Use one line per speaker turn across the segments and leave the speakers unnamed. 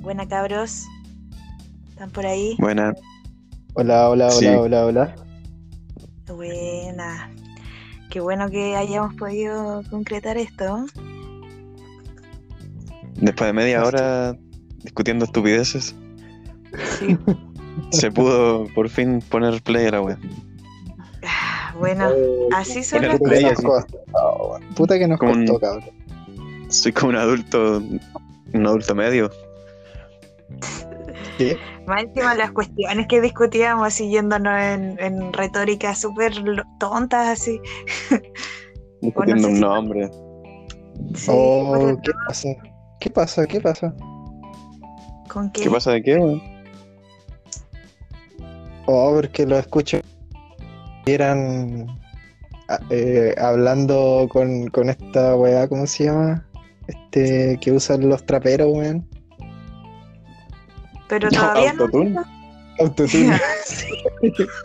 Buena, cabros. ¿Están por ahí?
Buena.
Hola, hola, hola,
Sí.
hola, hola.
Buena. Qué bueno que hayamos podido concretar esto.
Después de media hora discutiendo estupideces,
Sí.
se pudo por fin poner play a la web.
Ah, Bueno, así son
Poner
las
Puta
play
que
cosas.
nos costó, weón. Ah, Puta que nos
Como un-
costó, cabrón.
Soy como un adulto, un adulto medio.
¿Qué?
Más encima las cuestiones que discutíamos, así yéndonos en, en retórica súper lo- tontas, así.
Discutiendo
sé
un
si-
nombre.
Sí,
Oh,
bueno,
¿qué pasa? ¿Qué pasa? ¿Qué pasa?
¿Con qué?
¿Qué pasa de qué, weón?
Oh, porque lo escucho. Eran a- eh, hablando con, con esta weá, ¿cómo se llama? Este que usan los traperos, weón.
Pero
No,
todavía no.
autotune.
Autotune.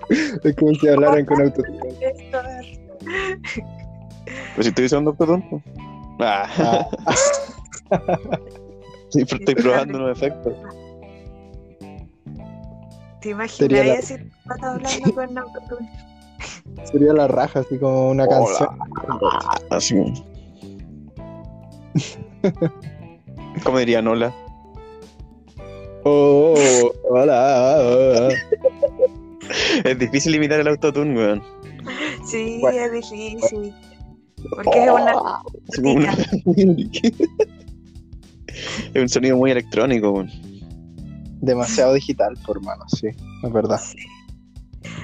es como si hablaran con autotune.
Esto
Pues si estoy usando autotune. po. Ah,
Ah,
sí, pero estoy probando unos efectos.
¿Te
Sería la-
imaginas si estás hablando con autotune?
sería la raja, así como una
Hola.
canción.
Así. ¿Cómo diría Nola?
Oh, oh, oh, hola. oh, oh.
Es difícil imitar el autotune, weón.
Sí,
Bueno. Oh.
es difícil. Porque es una.
Oh, Es como una- es un sonido muy electrónico, weón.
Demasiado digital, por mano, sí. Es verdad.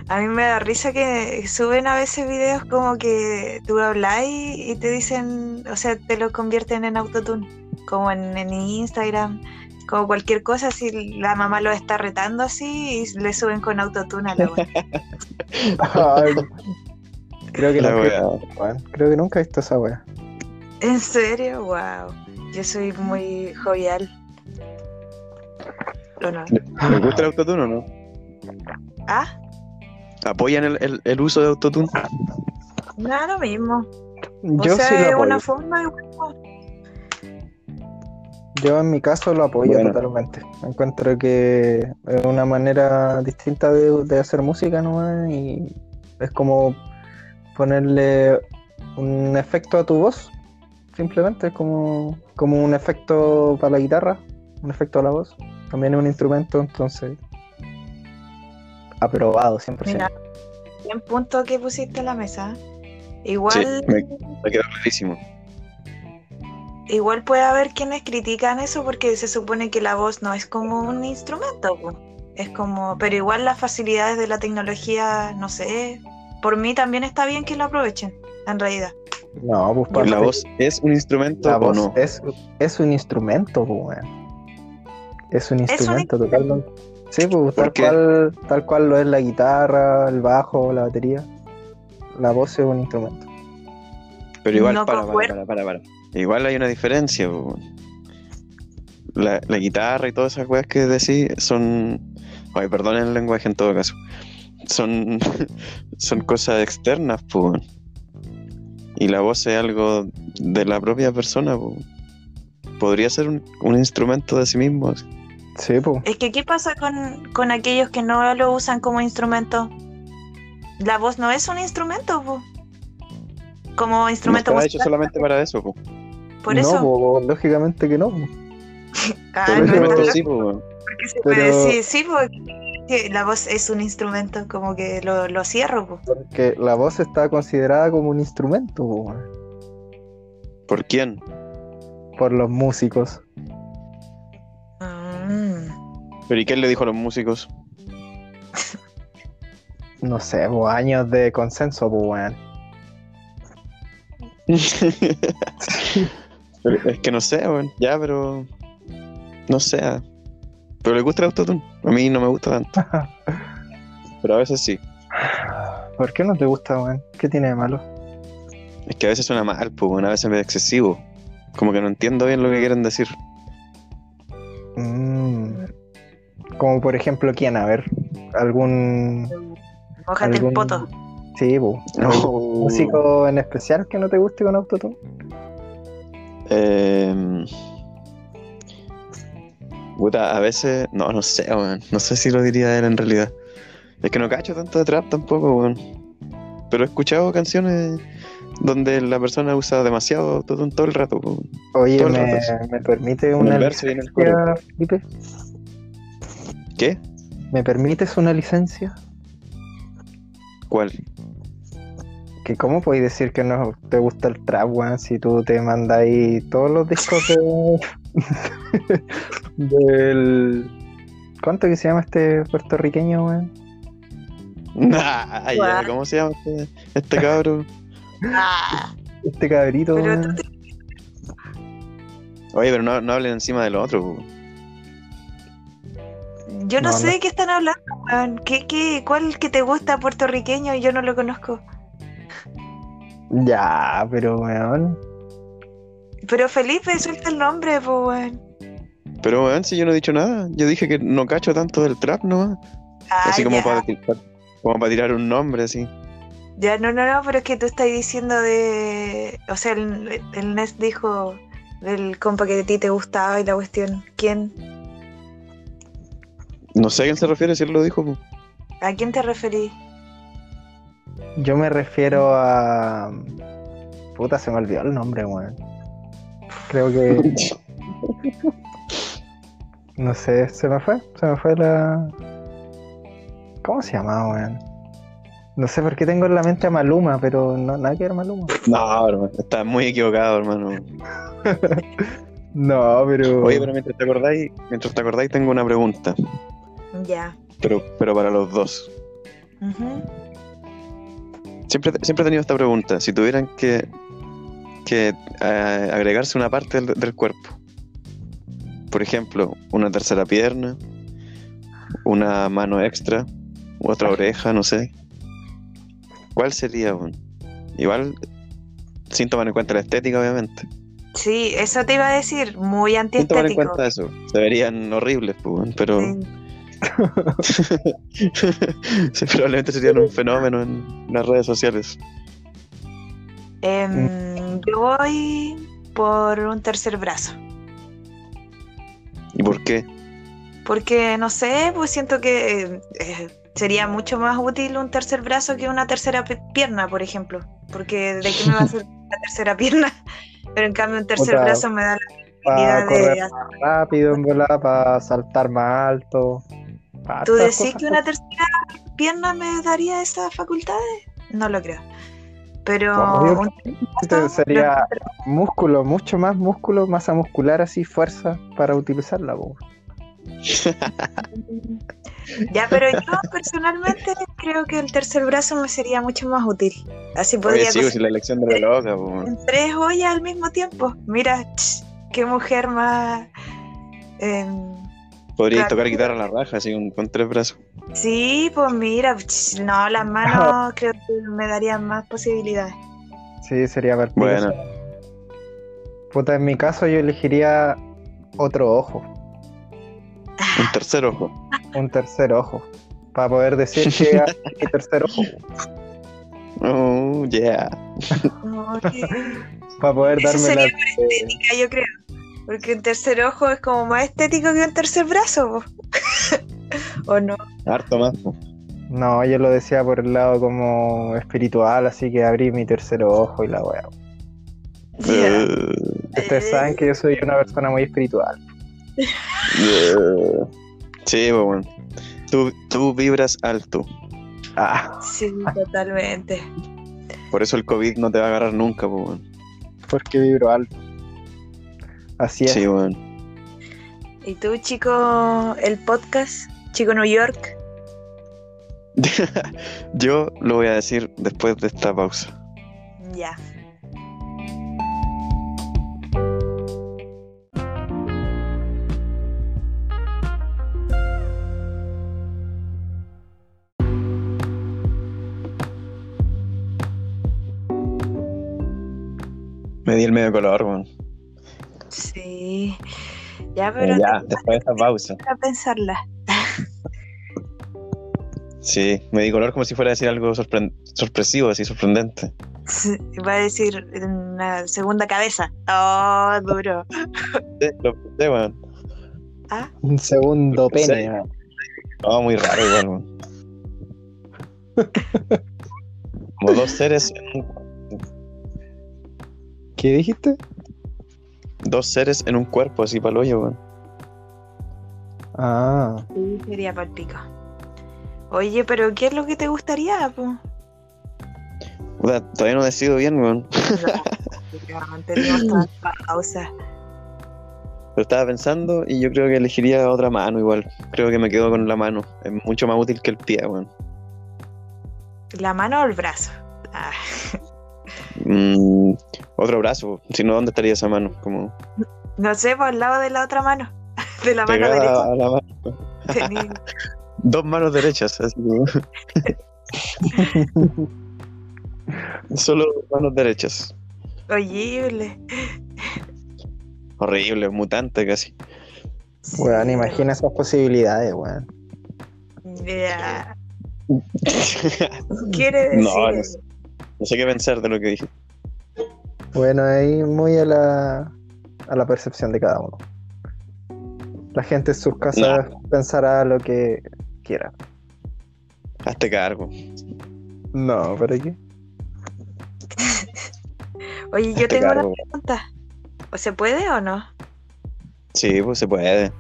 A mí me da risa que suben a veces videos como que tú hablas y, y te dicen, o sea, te lo convierten en autotune, como en, en Instagram, como cualquier cosa, si la mamá lo está retando así y le suben con autotune a la wea.
Ay, creo, que
La weá.
nunca, weón, creo que nunca he visto esa wea.
¿En serio? ¡Wow! Yo soy muy jovial. ¿O no?
¿Les gusta el autotune o no?
¿Ah?
¿Apoyan el, el- el uso de autotune?
Nada, lo mismo. O
Yo
sea,
sí
es
lo
una
apoyo.
forma de...
Yo en mi caso lo apoyo
Bueno.
totalmente. Encuentro que es una manera distinta de, de hacer música nomás y es como ponerle un efecto a tu voz. Simplemente es como, como un efecto para la guitarra, un efecto a la voz. También es un instrumento, entonces aprobado 100%.
Mira, bien punto que pusiste a la mesa. Igual...
me- Me queda clarísimo.
Igual puede haber quienes critican eso porque se supone que la voz no es como un instrumento, po. es como, pero igual las facilidades de la tecnología, no sé, por mí también está bien que lo aprovechen, en realidad.
No, pues
¿La
parte-
voz es un instrumento
La
o
voz
no?
es, es un instrumento, pues, weón. Es un instrumento totalmente. Sí, pues, tal
qué?
cual, tal cual lo es la guitarra, el bajo, la batería. La voz es un instrumento.
Pero igual,
No
para, para,
concuerdo.
para, para, para. Igual hay una diferencia, weón. La, la guitarra y todas esas weas que decís son. Ay, perdón el lenguaje en todo caso. Son, son cosas externas, po, weón. Y la voz es algo de la propia persona, po. Podría ser un, un instrumento de sí mismo. así.
Sí, pues.
Es que, ¿qué pasa con, con aquellos que no lo usan como instrumento? La voz no es un instrumento, po. como
No
instrumento
está hecho
musical,
solamente para eso, po.
por
no,
eso.
po, lógicamente que no. pues, po.
Ah,
Por
pero-
no,
instrumento
no,
sí, po, weón.
porque se
pero-
puede decir, sí, porque la voz es un instrumento, como que lo, lo cierro, po.
Porque la voz está considerada como un instrumento, pues, po, weón,
¿Por quién?
por los músicos.
Mm.
¿Pero y quién le dijo a los músicos?
No sé, po, años de consenso, pues, weón.
es que no sé, weón. Ya, pero. No sé. ah. Pero le gusta el autotune. A mí no me gusta tanto. Pero a veces sí.
¿Por qué no te gusta, weón? ¿Qué tiene de malo?
Es que a veces suena mal, pues, weón. A veces me da excesivo. Como que no entiendo bien lo que quieren decir.
Mm. Como por ejemplo, ¿quién? A ver, algún.
Mójate
algún-
el poto.
Sí, po. ¿Algún
Oh.
músico en especial que no te guste con autotune?
Em, Puta, a veces. No, no sé, weón. No sé si lo diría él en realidad. Es que no cacho tanto de trap tampoco, weón. Pero he escuchado canciones donde la persona usa demasiado autotune todo el rato, weón.
Oye,
Todo el
¿me,
rato.
me permite
En
una
el verso y en el coro.
licencia, Felipe?
¿Qué?
¿Me permites una licencia?
¿Cuál?
Que cómo podéis decir que no te gusta el trap, weón, si tú te mandas ahí todos los discos de... del... ¿Cuánto que se llama este puertorriqueño, weón?
Nah, ay,
¿Cuál?
¿Cómo se llama este, este cabro?
Ah,
Este cabrito,
pero tú
weón.
te-
Oye, pero no, no hablen encima del otro, weón.
yo no,
No,
sé
no.
de qué están hablando, weón. ¿Qué, qué, ¿Cuál que te gusta puertorriqueño? Yo no lo conozco.
Ya, pero weón.
Pero Felipe, suelta el nombre, pues, weón.
Pero weón, si yo no he dicho nada, yo dije que no cacho tanto del trap nomás.
Ah,
así como
ya.
para, como para tirar un nombre así.
Ya, no, no, no, pero es que tú estás diciendo de. O sea, el, el Nes dijo del compa que a ti te gustaba y la cuestión. ¿Quién?
No sé a quién se refiere si él lo dijo. po.
¿A quién te referí?
Yo me refiero a... Puta, se me olvidó el nombre, weón. Creo que... No sé, se me fue. Se me fue la... ¿Cómo se llamaba, weón? No sé por qué tengo en la mente a Maluma, pero no, nada que ver Maluma.
No, hermano, estás muy equivocado, hermano.
No, pero...
Oye, pero mientras te acordáis, mientras te acordáis tengo una pregunta,
Ya.
pero, pero para los dos.
Ujú.
Siempre, siempre he tenido esta pregunta. Si tuvieran que, que eh, agregarse una parte del, del cuerpo, por ejemplo, una tercera pierna, una mano extra, otra oreja, no sé, ¿cuál sería? weón? Igual, sin tomar en cuenta la estética, obviamente.
Sí, eso te iba a decir. Muy
Sin tomar en
antiestético.
cuenta eso. Se verían horribles, pues, weón, pero
Sí.
sí, probablemente serían un fenómeno en las redes sociales.
Em, yo voy por un tercer brazo.
¿Y por qué?
Porque no sé, pues siento que eh, eh, sería mucho más útil un tercer brazo que una tercera pi- pierna, por ejemplo. Porque de qué me va a hacer la tercera pierna. Pero en cambio un tercer
Puta,
brazo me da la
para
habilidad
correr
de...
más rápido, en volada, para saltar más alto. pa'
¿Tú
hartas
decís que
cosas.
una tercera pierna me daría esas facultades? No lo creo. Pero
Obvio.
un
Entonces sería músculo, mucho más músculo, masa muscular así, fuerza para utilizarla. po.
Ya, pero yo personalmente creo que el tercer brazo me sería mucho más útil. Así podría Eh,
Oye, sí, pues,
coser
si la elección de la loca, pues, weón.
en tres ollas al mismo tiempo. Mira, ch, qué mujer más. em,
Podrías
Claro.
tocar guitarra a la raja, así con, con tres brazos.
sí, pues mira, ch, no, las manos creo que me darían más posibilidades.
Sí, sería perfecto.
Bueno.
Puta, en mi caso yo elegiría otro ojo,
Un tercer ojo.
un tercer ojo, para poder decir que hay mi tercer ojo,
Oh, yeah.
No, que-
para poder
Eso
darme la...
sería estética, yo creo. Porque un tercer ojo es como más estético que un tercer brazo, po. ¿o no?
Harto más. po.
No, yo lo decía por el lado como espiritual, así que abrí mi tercer ojo y la wea.
Ya.
Eh,
Ustedes
Eh,
saben que yo soy una persona muy espiritual.
eh. Sí, pues, weón. Tú, tú vibras alto.
Ah,
Sí, totalmente.
Por eso el COVID no te va a agarrar nunca, pues, weón.
porque vibro alto. Así es.
Sí, weón.
¿Y tú, chico, el podcast? Chico New York.
Yo lo voy a decir después de esta pausa.
Ya.
Me di el medio color, weón.
Sí. Ya, pero
Eh, Ya, después de esta pausa.
para pensarla.
Sí, me di color como si fuera a decir algo sorpren- sorpresivo, así sorprendente.
Sí, Va a decir una segunda cabeza. Oh, duro.
Sí, lo pensé, weón.
¿Ah?
Un segundo
Sí.
pene. ¿no?
No, muy raro igual, weón. Como dos seres, en un-
¿Qué dijiste?
dos seres en un cuerpo, así para el hoyo, weón.
Ah,
Sí, sería palpico. Oye, pero ¿qué es lo que te gustaría? po?
Puta, Todavía no decido bien, weón.
No, tenemos tanta pausa.
Lo estaba pensando y yo creo que elegiría otra mano igual. Creo que me quedo con la mano. Es mucho más útil que el pie, weón.
¿La mano o el brazo? Ah,
Mm, otro brazo, si no, ¿dónde estaría esa mano? Como
no sé, por el lado de la otra mano. De la mano
pegada
derecha.
a la mano.
Tení-
Dos manos derechas, así que- Solo manos derechas.
Horrible.
Horrible, mutante casi.
weón, imagina esas posibilidades, weón.
Ya.
no
Quiere decir.
No, no sé. sé qué pensar de lo que dije.
Bueno, ahí muy a la, a la percepción de cada uno. La gente en sus casas pensará lo que quiera.
Hazte cargo.
No, pero ¿qué?
Oye, yo tengo una
hazte Este cargo.
pregunta. ¿O se puede o no?
Sí, pues se puede.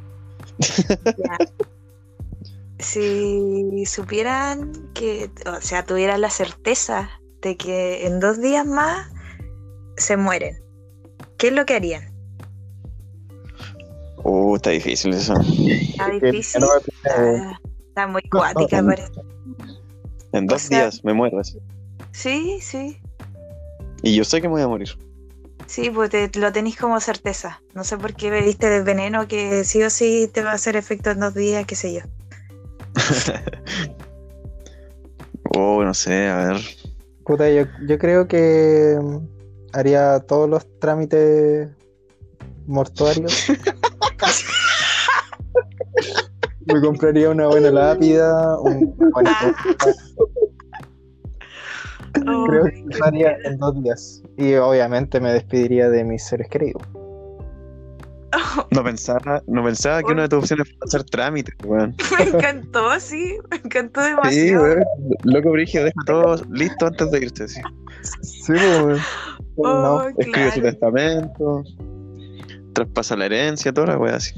Si supieran que, o sea, tuvieran la certeza de que en dos días más se mueren, ¿qué es lo que harían?
Uh, está difícil eso.
Está
Que
difícil.
no me pide-
Está, está muy cuática, parece.
En dos
sea-
días me mueras.
Sí, sí.
Y yo sé que me voy a morir.
Sí, pues te- lo tenéis como certeza. No sé por qué bebiste del veneno que sí o sí te va a hacer efecto en dos días, qué sé yo.
Oh, no sé, a ver.
Puta, yo, yo creo que mm, haría todos los trámites mortuarios. Me compraría una buena lápida, un
Ah,
bonito. Creo que lo haría en dos días. Y obviamente me despediría de mis seres queridos.
Oh,
No pensaba, no pensaba que una de tus opciones fuera hacer trámites, weón.
Me encantó, sí, me encantó demasiado.
Sí, weón. Loco Brigio, deja todo listo antes de irte. Sí.
Sí, pues,
Oh,
no.
Escribe su
claro.
testamento, traspasa la herencia, toda la weá así.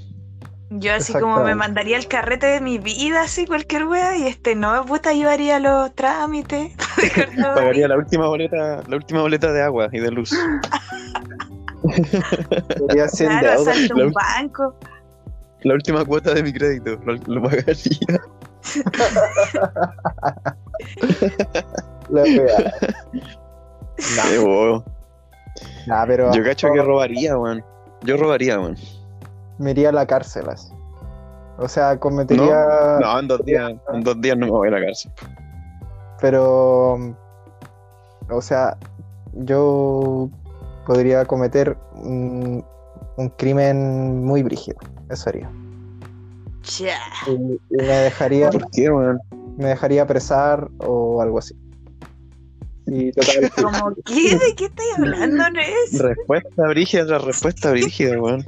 Yo así como me
Exactamente.
mandaría el carrete de mi vida, así cualquier wea, y este no, puta, yo haría los trámites. dejar todo
Pagaría la última boleta, la última boleta de agua y de luz.
Sería sin
Claro,
deuda.
asalto
la
un
ult-
banco.
La última cuota de mi crédito, lo, lo pagaría.
La wea.
Qué bobo.
Nah, pero
Yo cacho que robaría, weón. Yo robaría, weón.
me iría a la cárcel así. O sea, cometería.
No, en dos días, en dos días no me voy a la cárcel.
Pero, mm, o sea, yo podría cometer un, un crimen muy brígido, eso haría.
Ya.
Y, y me dejaría,
¿Por qué, weón?
me dejaría apresar o algo así. Y tocar el tiro.
Como, ¿qué? ¿De qué estáis hablando, Nes?
Respuesta brígida tras respuesta brígida, weón.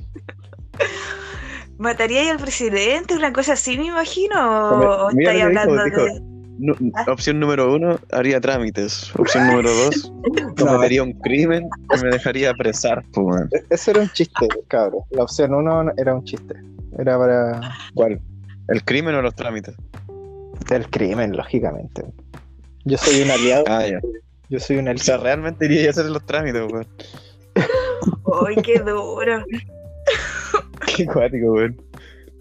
¿Mataría al presidente? ¿Una cosa así, me imagino?
Come-
¿O
mira
estáis
lo que dijo,
hablando
dijo,
de.?
Nu- opción número uno, haría trámites. Opción número dos, cometería un crimen que me dejaría apresar, po, weón.
Eso E-, era un chiste, cabrón. La opción uno era un chiste. Era para
¿Cuál? ¿El crimen o los trámites?
el crimen, lógicamente. Yo soy un aliado,
Ah, ya.
yo soy un
O sea,
aliado.
realmente iría a hacer los trámites, weón.
¡Ay, qué duro!
Qué cuático, weón.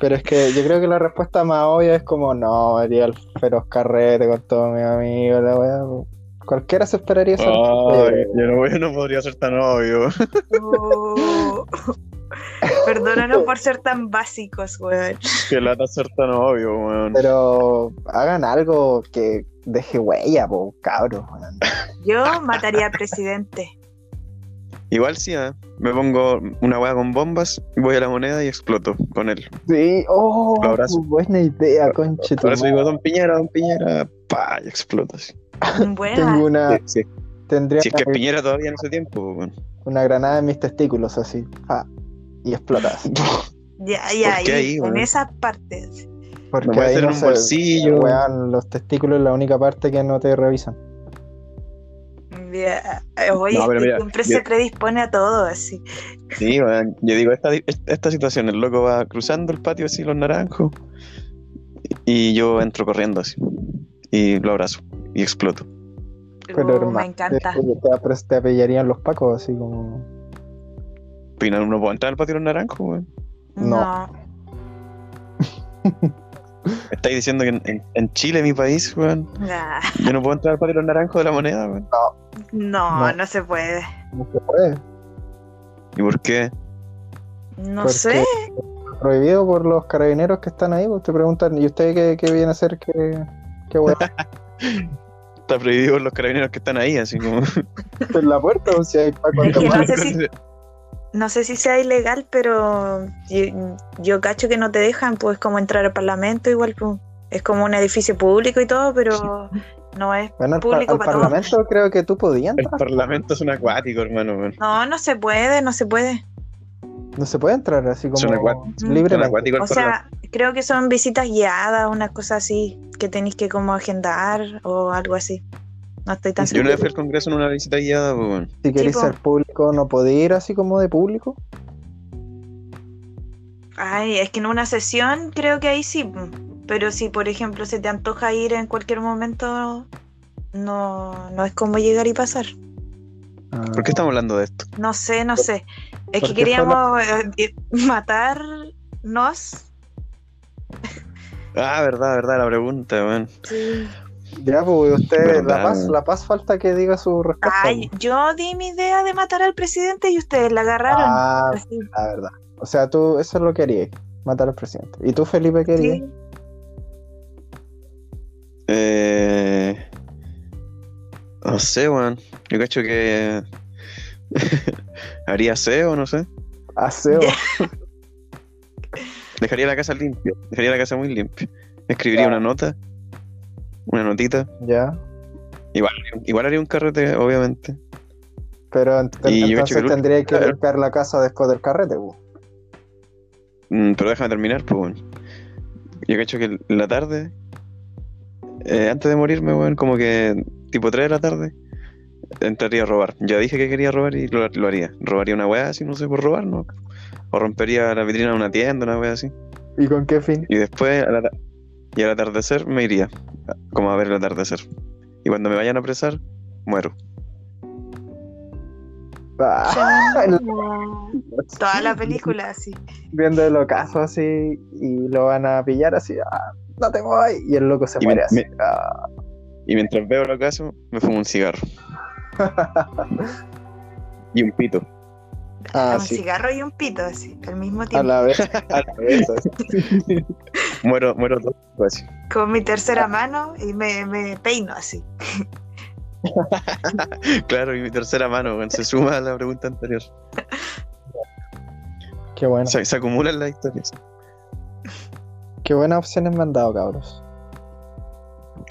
Pero es que yo creo que la respuesta más obvia es como, no, haría el feroz carrete con todos mis amigos, la weá. po. Cualquiera se esperaría esa
Ay,
respuesta.
yo no, yo no podría ser tan obvio.
Oh. Perdónanos por ser tan básicos, weón.
Que lata ser tan obvio, weón.
Pero hagan algo que deje huella, po, cabros. weón.
Yo mataría al presidente.
Igual sí, ¿eh? me pongo una weá con bombas, voy a la moneda y exploto con él.
Sí, oh,
Lo abrazo.
buena idea, conche. tu
Por eso
madre.
digo, Don Piñera, Don Piñera, pa, y exploto así.
Buena.
Tengo una,
Ah, Sí, sí.
tendría
Si es que
una,
Piñera todavía en ese tiempo, weón.
una granada en mis testículos así, ah, y explotas.
Ya, ya,
¿Por qué ahí,
ahí, en
weón?
esas partes.
Porque
No puede
ahí
ser
no
en un
se-
bolsillo.
weón, los testículos es la única parte que no te revisan.
Oh, Ya, eh, Oye,
No, pero
este
mira,
siempre
yo-
se predispone a todo, así.
Sí, weón. yo digo, esta, esta situación, el loco va cruzando el patio así, los naranjos, y yo entro corriendo así, y lo abrazo, y exploto.
Pero
Oh,
hermano,
me encanta.
eh,
Te, te apre- te apillarían los pacos, así como.
Pina, ¿uno puede entrar al patio de los naranjos, weón?
No.
no.
Me estáis diciendo que en, en- en Chile, mi país, weón,
nah,
yo no puedo entrar al patio de los naranjos de la moneda, weón.
No, no,
No.
se puede.
No se puede.
¿Y por qué?
No
porque
sé.
está Prohibido por los carabineros que están ahí, pues te preguntan, ¿y usted qué, qué viene a hacer? ¿Qué, qué weón?
Está prohibido los carabineros que están ahí, así como...
en la puerta? O si hay pacos en
Es
la
que
puerta.
no sé si- No sé si sea ilegal, pero yo, yo cacho que no te dejan, pues, como entrar al Parlamento, igual, pues, es como un edificio público y todo, pero no es.
Bueno, al, par-
público
al
para todos.
parlamento creo que tú podías
El
entrar.
parlamento es un acuático, hermano, weón.
No, no se puede, no se puede.
No se puede entrar así como
Son acuáticos. Es
libre.
un acuático el
O sea, creo que son visitas guiadas, una cosa así, que tenéis que como agendar o algo así. No estoy tan
Yo
segura.
una vez fui al Congreso en una visita guiada, pues, weón.
Si querés
po.
ser público, no podés ir así como de público.
Ay, es que en una sesión creo que ahí sí. Pero si, por ejemplo, se te antoja ir en cualquier momento, no, no es como llegar y pasar.
Ah,
¿Por qué estamos hablando de esto?
No sé, no sé. Es
¿Por
que
qué
queríamos eh, matarnos.
Ah, verdad, verdad, la pregunta, weón.
Sí.
Ya, pues usted,
Verdad.
la paz, la paz falta que diga su respuesta. pues.
Ay, yo di mi idea de matar al presidente y ustedes la agarraron.
ah,
Así,
la verdad. O sea, tú, eso es lo que harías, matar al presidente. ¿Y tú, Felipe, qué harías?
sí.
Eh... No sé, weón. Yo cacho que... Haría SEO, no sé.
Aseo.
Dejaría la casa limpia. Dejaría la casa muy limpia. Escribiría
Ya.
una nota. Una notita.
Ya.
Igual haría un carrete, obviamente.
Pero ent-
Y yo
entonces
creo que-
tendría que
claro.
limpiar la casa después del carrete, pues.
Mm, pero déjame terminar, pues, weón. Yo cacho que en la tarde, eh, antes de morirme, weón, como que tipo 3 de la tarde, entraría a robar. Ya dije que quería robar y lo, lo haría. Robaría una weá así, no sé, por robar, ¿no? O rompería la vitrina de una tienda, una weá así.
¿Y con qué fin?
Y después, a la ta- y al atardecer, me iría. Como a ver el atardecer. Y cuando me vayan a apresar, muero.
Ah,
Toda la película así.
Viendo el ocaso así y lo van a pillar así. ah, no te voy. Y el loco se
Y
muere
me-
así. ah.
Y mientras veo lo caso, me fumo un cigarro. Y un pito.
Ah,
un
sí.
cigarro y un pito así, al mismo
A
tiempo.
la vez. A la vez. así.
Muero, muero todo. así.
Con mi
Ah.
tercera mano y me, me peino así.
Claro, y mi tercera mano, weón, se suma a la pregunta anterior.
Qué bueno.
Se, se acumulan las historias.
Qué buenas opciones me han dado, cabros.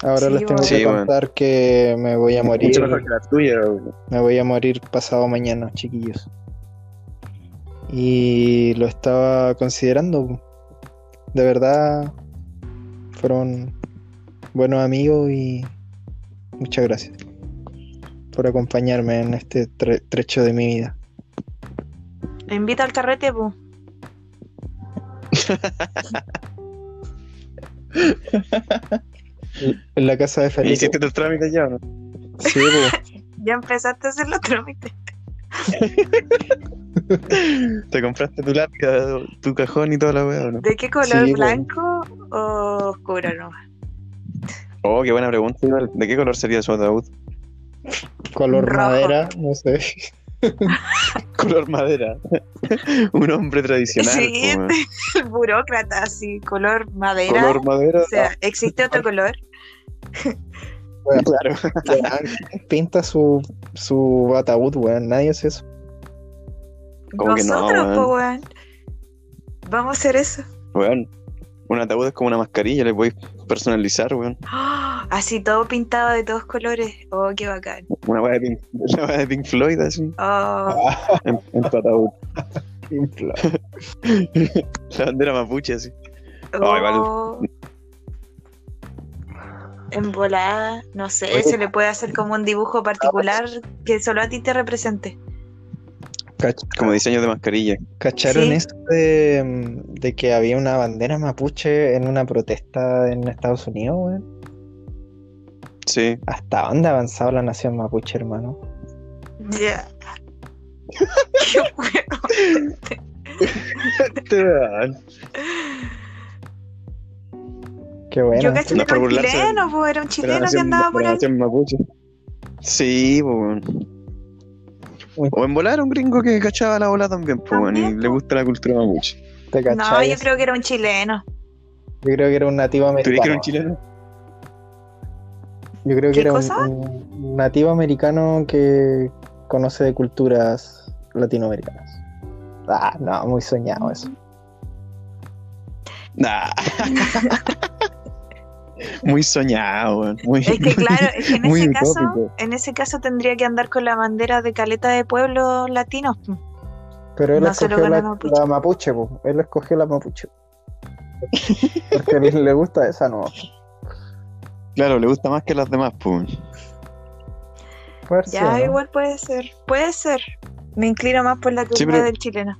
Ahora
Sí,
les tengo
bueno.
que
Sí, bueno.
contar que me voy a morir.
Mucho mejor que la tuya, weón.
Me voy a morir pasado mañana, chiquillos. Y lo estaba considerando. po. De verdad, fueron buenos amigos y muchas gracias por acompañarme en este tre- trecho de mi vida.
Lo invito al carrete, pu.
En la casa de Felipe.
¿Hiciste tus trámites ya o no?
Sí, pues, po.
Ya empezaste a hacer los trámites.
¿Te compraste tu lápiz, tu cajón y toda la weá o no?
¿De qué color?
Sí, po.
¿Blanco o oscuro nomás?
Oh, qué buena pregunta. igual. ¿De qué color sería su ataúd?
color
Rojo.
madera, no sé.
Color madera. Un hombre tradicional.
Sí.
po, weón.
Burócrata, así, color madera.
Color madera.
O sea, ¿existe otro color?
ah, claro.
Pinta su, su ataúd, weón. Nadie hace eso.
¿Cómo que no,
Nosotros,
weón?
po, weón. Vamos a hacer eso.
Weón, un ataúd es como una mascarilla, le podéis personalizar, weón.
¡Ah! Así todo pintado de todos colores. Oh, qué bacán.
Una weá de Pink, una weá de Pink Floyd así,
Oh,
en, en tu ataúd. La bandera mapuche, así.
O
Ah, igual.
oh. En volada, no sé,
Oye.
se le puede hacer como un dibujo particular que solo a ti te represente.
Cach-
Como diseño de mascarilla.
¿Cacharon
Sí.
eso de, de que había una bandera mapuche en una protesta en Estados Unidos, weón?
Sí.
¿Hasta dónde ha avanzado la nación mapuche, hermano?
Ya. Qué bueno.
Qué bueno.
Yo caché que
no es
era
por
un
burlarse
chileno, pues era un chileno que andaba por ahí.
mapuche. Sí, pues. weón.
Uy.
O en volar un gringo que cachaba la bola también, pues, weón, y
También,
le gusta la cultura mapuche.
¿Te
No,
cachai?
yo creo que era un chileno.
Yo creo que era un nativo
¿Tú crees
americano.
que era un chileno?
Yo creo que
¿Qué
era un,
cosa?
un nativo americano que conoce de culturas latinoamericanas. Ah, no, muy soñado eso.
Nah. Muy soñado, weón. Muy...
Es que claro, es que en
Muy
ese caso,
utópico.
en ese caso tendría que andar con la bandera de caleta de pueblos latinos. pues.
Pero él
No se lo
escogió la,
ganó mapuche.
la mapuche, po. él escogió la mapuche. Porque le, le gusta esa, no.
Claro, le gusta más que las demás, pues. weón.
Puede ser,
Ya
¿no?
igual puede ser, puede ser. Me inclino más por la cultura
pero-
del chileno.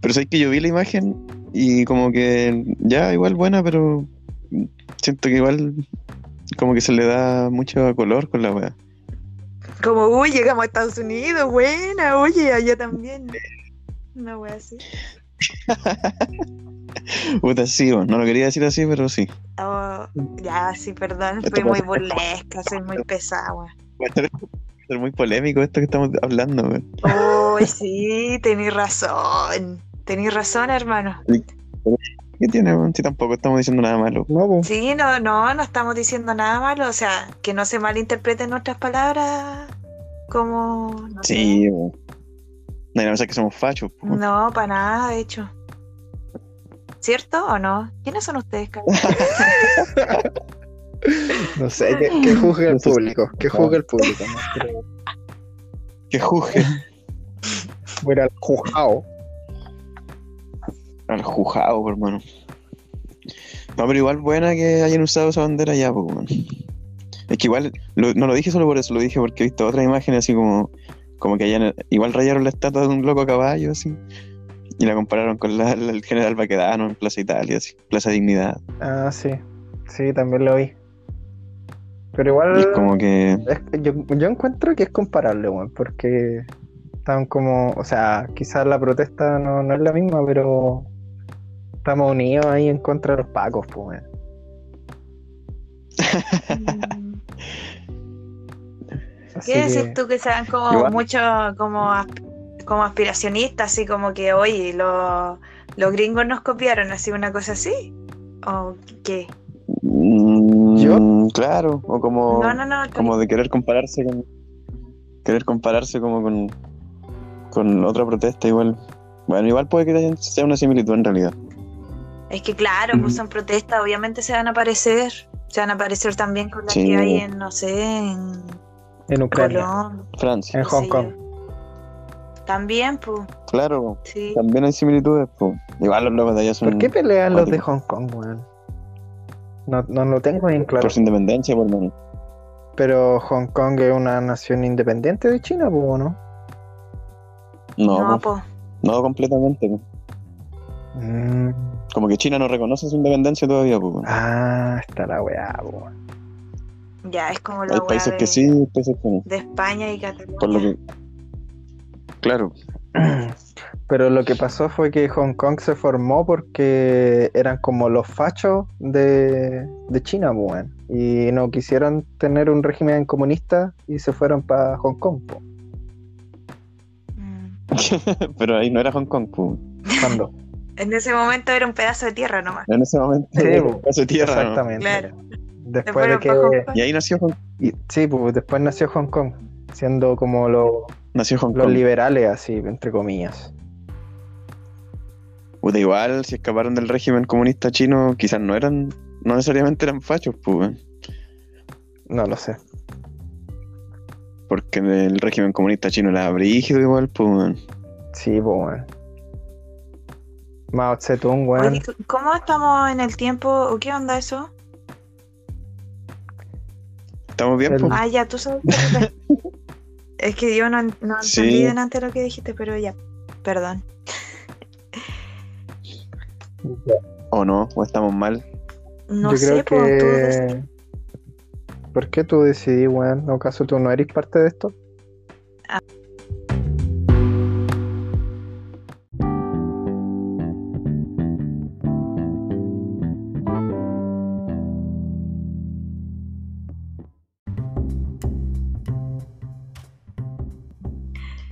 Pero sé que yo vi la imagen y como que ya igual buena, pero siento que igual como que se le da mucho color con la weá.
Como, uy, llegamos a Estados Unidos, buena, oye, allá también. Una wea así.
Puta, sí, weón, no lo quería decir así, pero sí.
Oh, ya, sí, perdón,
Esto
fui muy
parece-
burlesca, soy muy pesada, wea.
Va a ser- va a ser muy polémico esto que estamos hablando, weón.
Oh, sí, tenés razón. Tenés razón, hermano.
¿Qué tiene, weón? Si tampoco estamos diciendo nada malo.
No, po.
Sí, no, no, no estamos diciendo nada malo. O sea, que no se malinterpreten nuestras palabras como. no sé.
Sí, weón. No hay nada más que somos fachos, po.
No, para nada, de hecho. ¿Cierto o no? ¿Quiénes son ustedes, cabrón?
no sé, que, que juzgue el público, que juzgue el público. no creo.
Que juzgue
Voy a ir al juzgado.
al jujado, hermano. No, pero igual buena que hayan usado esa bandera ya, pues, weón. Es que igual, lo- no lo dije solo por eso, lo dije porque he visto otras imágenes así como, como que hayan, igual rayaron la estatua de un loco a caballo, así, y la compararon con la, la- el general Baquedano en Plaza Italia, así, Plaza Dignidad.
Ah, sí. Sí, también lo vi. Pero
Y es
igual
como que,
es- yo, yo encuentro que es comparable, weón, porque están como, o sea, quizás la protesta no, no es la misma, pero estamos unidos ahí en contra de los pacos, pues, weón.
Mm,
Así
¿Qué decís
que-
tú que sean como
Igual.
mucho como, asp- como aspiracionistas, así como que, oye, los, los gringos nos copiaron, así una cosa así? ¿O qué?
mm,
¿Yo?
claro, o como,
No, no, no. estoy-
como de querer compararse con, querer compararse como con, con otra protesta igual. Bueno, igual puede que haya- sea una similitud en realidad.
Es que claro, pues
Mm.
son protestas, obviamente se van a aparecer. Se van a aparecer también con las
Sí.
que hay en, no sé, en
En Ucrania.
Colón.
Francia.
En
qué sé
Hong
yo.
Kong.
También, pues,
Eh.
Claro,
sí.
también hay similitudes. po. Igual los locos de allá son
¿Por qué pelean los de
cuático.
Hong Kong, weón? No, no lo tengo bien claro.
por su independencia, por menos.
Pero Hong Kong es una nación independiente de China, pues, ¿o ¿no?
No,
No,
po.
pues.
no completamente. po.
Mm.
Como que China no reconoce su independencia todavía. po.
Ah, está la weá, weón.
Ya, es como la
hay
weá
países
de,
que sí, hay países que no.
de España y Cataluña.
Por lo que... Claro,
Pero lo que pasó fue que Hong Kong se formó porque eran como los fachos de, de China, pues, weón. Y no quisieron tener un régimen comunista y se fueron para Hong Kong, pues.
Mm.
pero ahí no era Hong Kong. po.
Cuando-
En ese momento era un pedazo de tierra nomás.
En ese momento
Sí,
era
po.
pedazo de tierra. ¿no?
Exactamente.
Claro.
Después de
fueron pa' Hong
que...
Kong.
Y ahí nació Hong,
y- sí, pues después nació Hong Kong, siendo como los...
nació Hong
Los
Kong.
liberales, así, entre comillas.
Puta, igual, si escaparon del régimen comunista chino, quizás no eran, no necesariamente eran fachos, po, eh.
No lo sé.
porque el régimen comunista chino era brígido igual, pues.
Sí, pues, weón. Mao Zedong, weón.
Oye, ¿Cómo estamos en el tiempo? ¿O ¿Qué onda eso?
¿Estamos bien? pues,
El-
po?
Ah, ya, tú sabes. Felipe. es que yo no, no entendí
Sí.
delante lo que dijiste, pero ya, perdón.
¿O no? ¿O estamos mal?
No
Yo
sé,
creo
pues tú des-
que. ¿Por qué tú decidí, weón? ¿No acaso tú no eres parte de esto?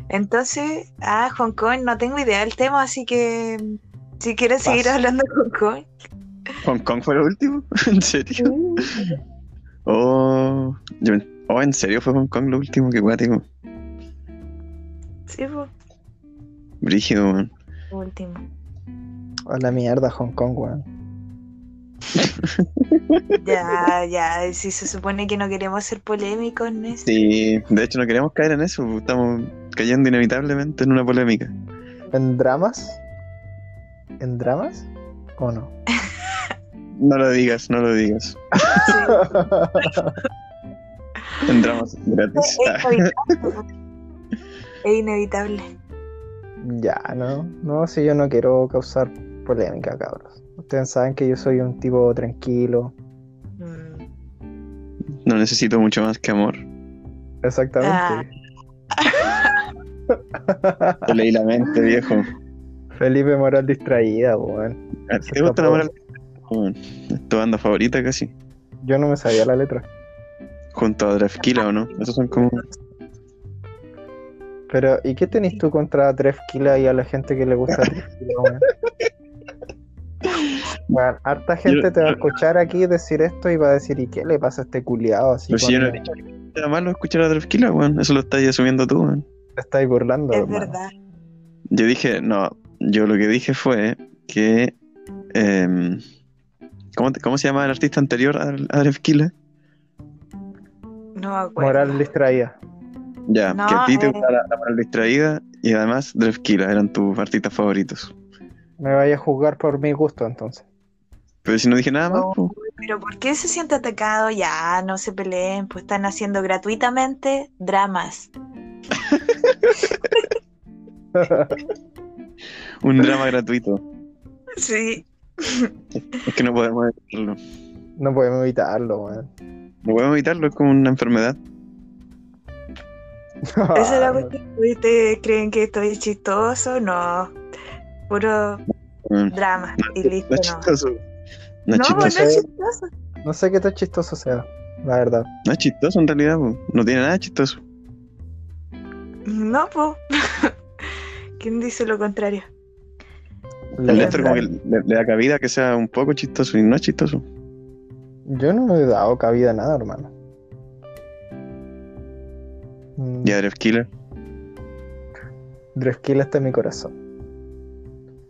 Entonces, ah, Hong Kong, no tengo idea del tema, así que mm, si quieres seguir
Paso.
hablando de Hong Kong.
¿Hong Kong fue lo último? ¿En serio? Oh, yo- oh, ¿en serio fue Hong Kong lo último? Qué guático.
Sí, pues,
Brígido, weón.
último.
A la mierda, Hong Kong, weón.
Ya, ya, si se supone que no queremos ser polémicos, Nes.
Sí, de hecho no queremos caer en eso, pues, estamos cayendo inevitablemente en una polémica.
¿En dramas? ¿En dramas? ¿O no?
No lo digas, no lo digas. En dramas gratis. Ah,
Es inevitable. Es inevitable.
ya, no. No, si yo no quiero causar polémica, cabros. Ustedes saben que yo soy un tipo tranquilo.
Mm.
No necesito mucho más que amor.
Ah.
Exactamente.
Te leí la mente, viejo.
Felipe Moral distraída, weón.
¿A ti te gusta la moral? Bueno, es tu banda favorita casi.
Yo no me sabía la letra.
Junto a Drafkila, ¿o no? Esos son como.
Pero, ¿y qué tenés tú contra Trefkila y a la gente que le gusta Trefkila, weón? Bueno, harta gente te va a escuchar aquí decir esto y va a decir, ¿y qué le pasa a este culiado así?
Pero Pues si yo no he
cuando
dicho que era malo escuchar a Drafkila, weón. Eso lo estás asumiendo tú, weón.
Te estáis burlando,
Es
hermano?
verdad.
Yo dije, no, yo lo que dije fue que. em, ¿cómo, te- cómo se llama el artista anterior a, a Drefkila?
No me acuerdo.
Moral distraída.
Ya,
No,
que a ti te
eh.
gustaba la, la moral distraída y además Drefkila eran tus artistas favoritos.
Me vaya a juzgar por mi gusto, entonces.
Pero si no dije nada más, pues,
No,
po.
Pero ¿por qué se siente atacado? Ya, no se peleen, pues están haciendo gratuitamente dramas.
un drama gratuito.
Sí.
Es que no podemos evitarlo.
no podemos evitarlo, weón.
No podemos evitarlo, es como una enfermedad.
Esa
Ah,
Ah,
es la cuestión. ¿Ustedes creen que estoy chistoso? No. Puro
weón.
drama. Y listo,
No es
no.
chistoso. No
No,
es
no pues,
chistoso.
es chistoso.
No sé qué tan chistoso sea, la verdad.
eh.
No es chistoso en realidad, po. no tiene nada de chistoso.
No, po. ¿Quién dice lo contrario?
El
Ya,
Lester como que le, le da cabida a que sea un poco chistoso y no es chistoso.
Yo no me he dado cabida a nada, hermano. Mm,
Ya, Drefkila.
Drefkila está en mi corazón.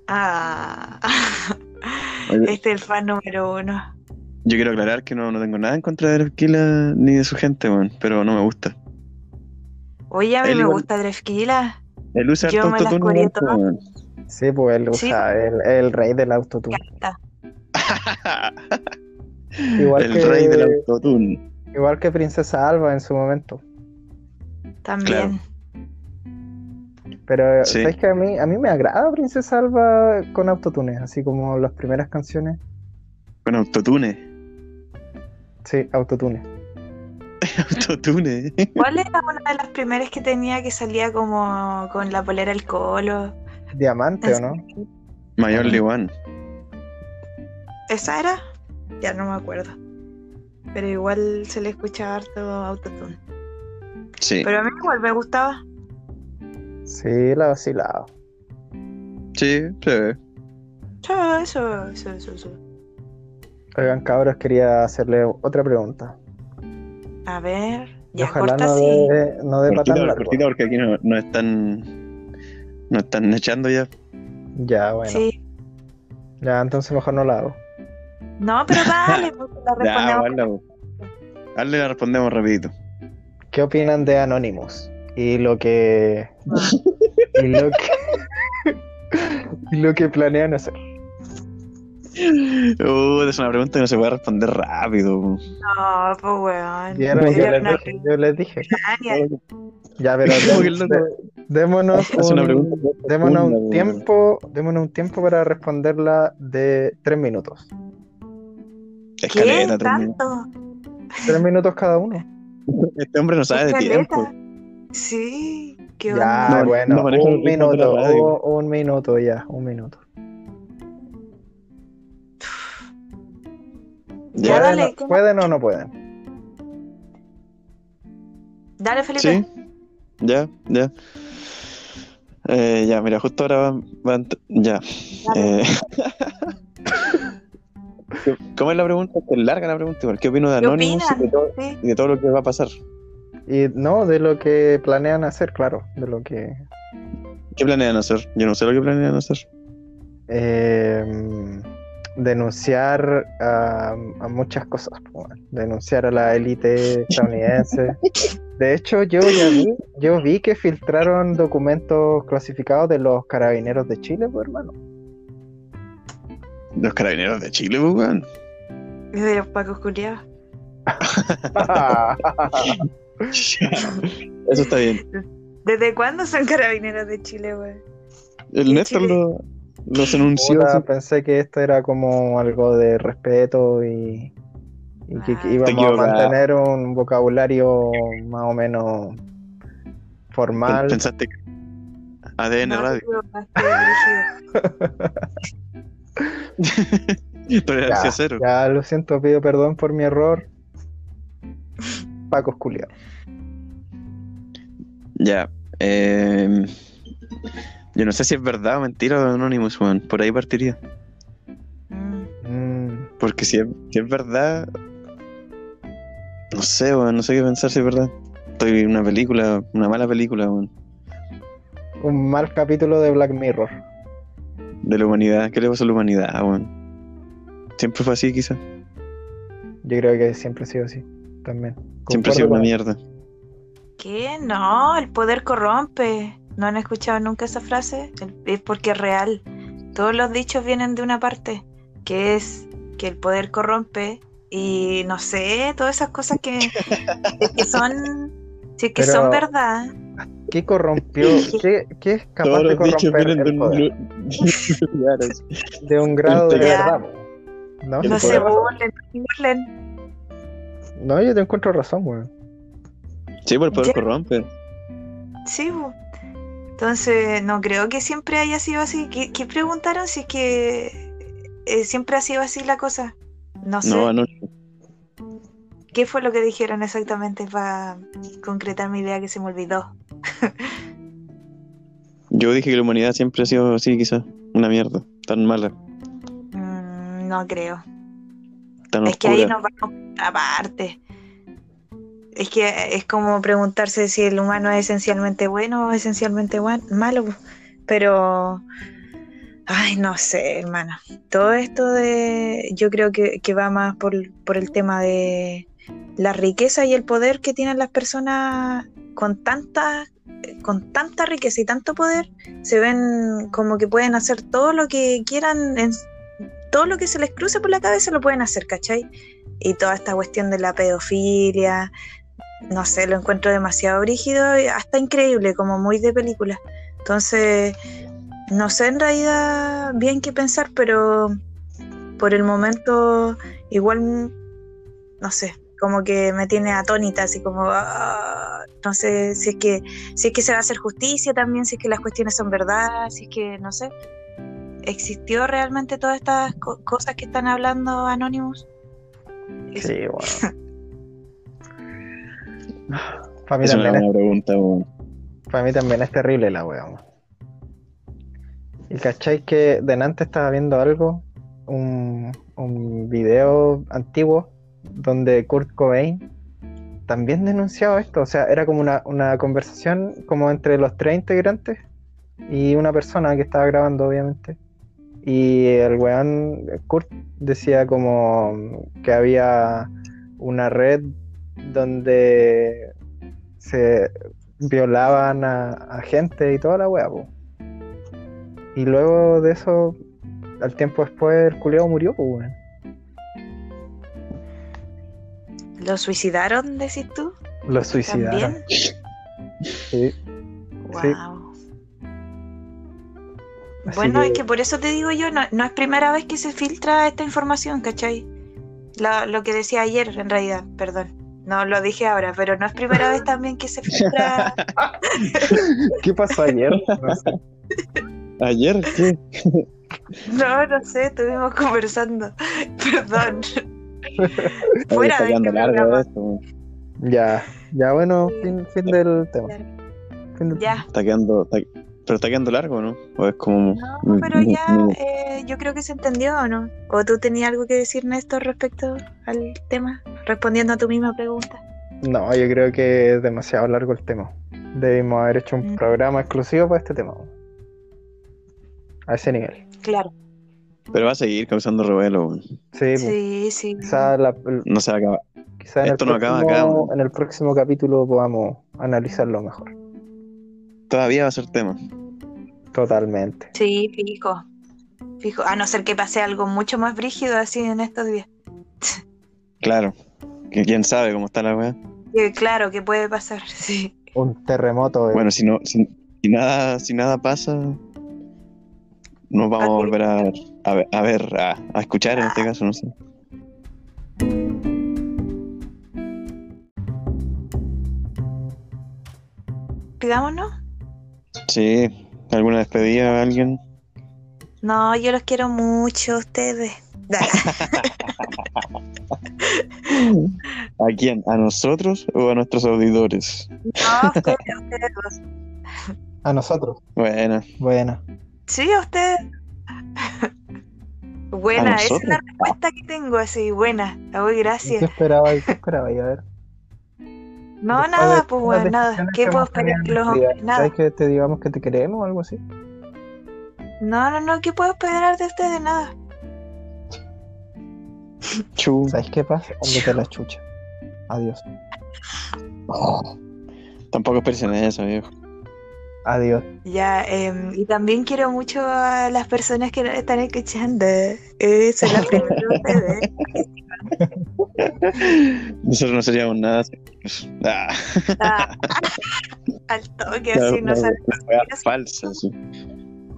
Ah.
Oye.
Este es el fan número uno.
Yo quiero aclarar que no, no tengo nada en contra de Drefkila ni de su gente, weón, pero no me gusta.
Oye, a mí
Él
me
igual-
gusta Drefkila.
Él usa
Yo
harto
me las
autotune,
coreé
weón,
todas.
weón.
Sí, pues él
Sí.
usa el, el rey del autotune. Igual
El
que-
rey del autotune.
Igual que Princesa Alba en su momento.
También.
Pero
Sí.
sabes que a mí, a mí me agrada Princesa Alba con autotune, así como las primeras canciones.
Con autotune.
Sí, autotune.
Autotune.
¿Cuál era una de las primeras que tenía que salía como con la polera al colo?
Diamante,
¿Ah,
¿o no?
My only one.
¿Esa era? Ya no me acuerdo. Pero igual se le escuchaba harto autotune.
Sí.
Pero a mí igual me gustaba.
Sí, la vacilado.
Sí, sí.
Sí, Eso, eso, eso, eso.
Oigan, cabros, quería hacerle otra pregunta.
A ver,
Y
ya
ojalá
corta
no
así.
de, no de patán
Cortita,
largo.
cortita porque aquí no, no están. No están echando ya.
Ya, bueno.
Sí.
Ya, entonces mejor no la hago.
No, pero dale, porque la
Ya,
respondemos.
hazla, po. Hazla y la respondemos rapidito.
¿Qué opinan de Anonymous? Y lo que. y lo que. lo que planean hacer.
Uh, es una pregunta que no se puede responder rápido.
No, pues weón.
Ya
Yo
no, yo, les
no
dije, yo les dije.
creo
Ya, pero
Como que el loco
dé- démonos
hace una
un-
pregunta.
démonos un
profunda,
tiempo, démonos un tiempo para responderla de tres minutos.
¿Qué?
Escaleta, tres minutos.
¿Tanto?
Tres minutos cada uno.
Este hombre no sabe de
Escaleta.
tiempo.
Sí, qué
Ya,
onda? No,
bueno,
no manejo
un
el ritmo de la
minuto,
radio.
un, un minuto ya, un minuto.
Ya,
¿Pueden,
dale, ¿cómo?
¿Pueden o no pueden?
Dale, Felipe.
Sí, ya, ya. Eh, ya, mira, justo ahora van. van ya.
Dale.
eh. ¿Cómo es la pregunta? Es larga la pregunta, igual. ¿Qué opino de
¿Qué
Anonymous y de,
opinan?
todo,
Sí.
y de todo lo que va a pasar?
Y no, de lo que planean hacer, claro, de lo que...
¿Qué planean hacer? Yo no sé lo que planean hacer.
eh, denunciar a, a muchas cosas, po, weón. denunciar a la élite estadounidense. De hecho, yo ya vi, yo vi que filtraron documentos clasificados de los carabineros de Chile, pues, hermano.
Los carabineros de Chile, pues, weón.
Y de los pacos culiados.
Eso está bien.
¿Desde cuándo son carabineros de Chile, weón?
El
De
Néstor
Chile.
lo, los enunció.
Puta,
así.
pensé que esto era como algo de respeto y, y que,
Ah.
que
Te
íbamos a
equivocas.
mantener un vocabulario más o menos formal.
Pensaste que. ADN
No,
Radio.
te equivocaste, brígido.
Tolerancia
Ya,
cero.
ya, lo siento, pido perdón por mi error. Paco Esculio.
Ya. eh, yo no sé si es verdad o mentira de Anonymous, weón. Por ahí partiría.
Mm.
Mm,
Porque si es, si es verdad. No sé, weón. No sé qué pensar si es verdad. Estoy en una película, una mala película, weón.
un mal capítulo de Black Mirror.
De la humanidad. ¿Qué le pasó a la humanidad, weón? Siempre fue así, quizá.
Yo creo que siempre ha sido así. También.
Siempre ha
Concuerdo
sido una
con-
mierda.
¿Qué? No, el poder corrompe. ¿No han escuchado nunca esa frase? El- Es porque es real. Todos los dichos vienen de una parte, que es que el poder corrompe y no sé, todas esas cosas que, que son, sí, que
Pero-
son verdad.
¿Qué corrompió? ¿Qué, qué es capaz
Todos
de
los dichos
corromper
vienen de
el
un
poder?
lugar. así.
De un grado de
Ya.
verdad. No,
El
No
sí,
se
poder.
tiene razón.
burlen, no se burlen.
No, yo te encuentro razón, weón.
Sí, por el poder
Ya.
corrompe.
Sí, bu. entonces no creo que siempre haya sido así. ¿Qué, qué preguntaron si es que eh, siempre ha sido así la cosa? No sé.
No, no.
¿Qué fue lo que dijeron exactamente para concretar mi idea que se me olvidó?
Yo dije que la humanidad siempre ha sido así, quizá. Una mierda. Tan mala.
Mm, no creo.
Tan
es que
oscura.
ahí nos vamos aparte. Es que es como preguntarse si el humano es esencialmente bueno o esencialmente guan- malo. Pero, ay, no sé, hermana. Todo esto de, yo creo que, que va más por, por el tema de la riqueza y el poder que tienen las personas con tanta, con tanta riqueza y tanto poder. Se ven como que pueden hacer todo lo que quieran en, todo lo que se les cruce por la cabeza lo pueden hacer, ¿cachai? Y toda esta cuestión de la pedofilia, no sé, lo encuentro demasiado brígido, y hasta increíble, como muy de película. Entonces, no sé en realidad bien qué pensar, pero por el momento igual, no sé, como que me tiene atónita, así como, ah, no sé si es, que, si es que se va a hacer justicia también, si es que las cuestiones son verdad, si es que, no sé existió realmente todas estas co- cosas que están hablando Anonymous.
Sí, weón. Para mí,
Es una
también
buena pregunta, weón.
es, para mí también es terrible la weón. Y cachai que delante estaba viendo algo, un, un video antiguo donde Kurt Cobain también denunciaba esto. O sea, era como una, una conversación como entre los tres integrantes y una persona que estaba grabando, obviamente. Y el weón, Kurt, decía como que había una red donde se violaban a, a gente y toda la weá, po. Y luego de eso, al tiempo después, el culiao murió, pues, weón.
¿Lo suicidaron, decís tú?
Lo suicidaron.
¿También?
Sí. Sí.
Wow.
Así
Bueno,
que-
es que por eso te digo yo, no, no es primera vez que se filtra esta información, ¿cachai? La- lo que decía ayer, en realidad, perdón. No lo dije ahora, pero no es primera vez también que se filtra.
¿Qué pasó ayer? No sé.
¿Ayer? ¿Qué?
No, no sé, estuvimos conversando. Perdón.
Oye,
Fuera
está
de este
quedando largo
¿eh?
programa.
esto, weón.
Ya, ya bueno, fin, fin del tema. Fin del-
Ya.
Está quedando... está- Pero está quedando largo, ¿no? O es como...
No, pero
Mm,
mi-
ya
mi-
eh, yo creo que se entendió, ¿o no? ¿O tú tenías algo que decir, Néstor, respecto al tema? Respondiendo a tu misma pregunta.
No, yo creo que es demasiado largo el tema. Debimos haber hecho un
Mm.
programa exclusivo para este tema. A ese nivel.
Claro.
Pero va a seguir causando revuelo, weón.
Sí, pues,
Sí, sí.
quizá, la-
No se va a acabar.
quizá en, el
Esto no acaba
próximo-
acá, bueno.
en el próximo capítulo podamos analizarlo mejor.
Todavía va a ser tema.
Totalmente.
Sí, fijo. Fijo. A no ser que pase algo mucho más brígido así en estos días.
Claro. Que quién sabe cómo está la weá.
Que claro, que puede pasar, sí.
Un terremoto. eh, de-
Bueno, si no, si, si nada, si nada pasa, nos vamos a volver a ver, a ver, a, ver, a- a escuchar en este caso, no sé.
Pidámonos.
Sí, alguna despedida a alguien.
No, yo los quiero mucho a ustedes.
¿A quién? ¿A nosotros o a nuestros auditores?
No, ustedes, ustedes dos.
A nosotros.
Bueno,
Bueno.
Sí, a ustedes. Buena, esa es la
nosotros?
respuesta que tengo, así, buena. Ay,
¿Qué
gracias.
esperaba? ¿Qué esperaba? Y a ver.
No,
después
nada,
de
pues,
todas
bueno,
las
nada.
decisiones
¿Qué
que
puedo
hemos
esperar
tenido
que
en
los
nuestra vida,
hombres? Nada.
¿Sabes que te digamos que te queremos o algo así?
No, no, no, ¿qué puedo esperar de ustedes? Nada.
chu.
¿Sabes qué pasa? Ándate a la chucha. Adiós.
Tampoco esperes en eso, viejo.
Adiós.
Ya, em, y también quiero mucho a las personas que nos están escuchando. Eh, son las primeras de ustedes.
Nosotros no seríamos nada. así. Ah,
Ah, al toque,
claro,
así, no
una-
sé.
una weá falsa, sí.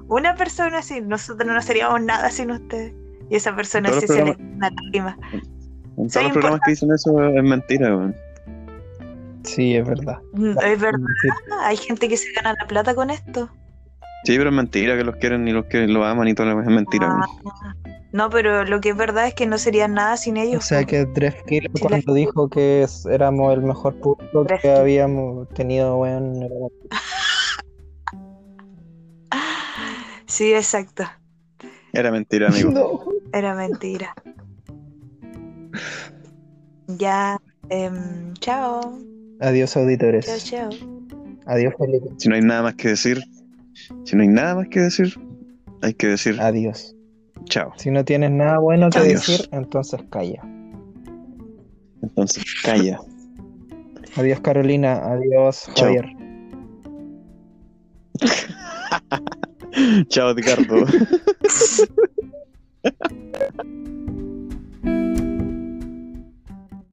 Una persona así, nosotros no seríamos nada sin ustedes. Y esa persona
Todos
sí
los
se le una lágrima.
En todos
Soy
los programas que dicen eso es mentira, weón.
Sí, es verdad.
Mm,
Ah,
Es verdad,
Sí.
hay gente que se gana la plata con esto.
Sí, pero es mentira que los quieren y los que lo aman y todo lo demás es mentira.
Ah,
weón.
no, pero lo que es verdad es que no serían nada sin
O
ellos.
sea
¿no?
que Drefkill
pues. Sí, la-
cuando dijo que es- éramos el mejor público que
Drefkill.
habíamos tenido, weón. era-
Ah, Sí, exacto.
Era mentira, amigo.
Era mentira. Ya, em, chao.
Adiós
Chao,
auditores.
chao.
Adiós Felipe.
Si no hay nada más que decir, si no hay nada más que decir, hay que decir
Ah.
Adiós.
chao.
Si no tienes nada bueno que
Adiós.
decir, entonces calla.
Entonces, calla.
Adiós Carolina. Adiós
Chao.
Javier.
chao, Ricardo.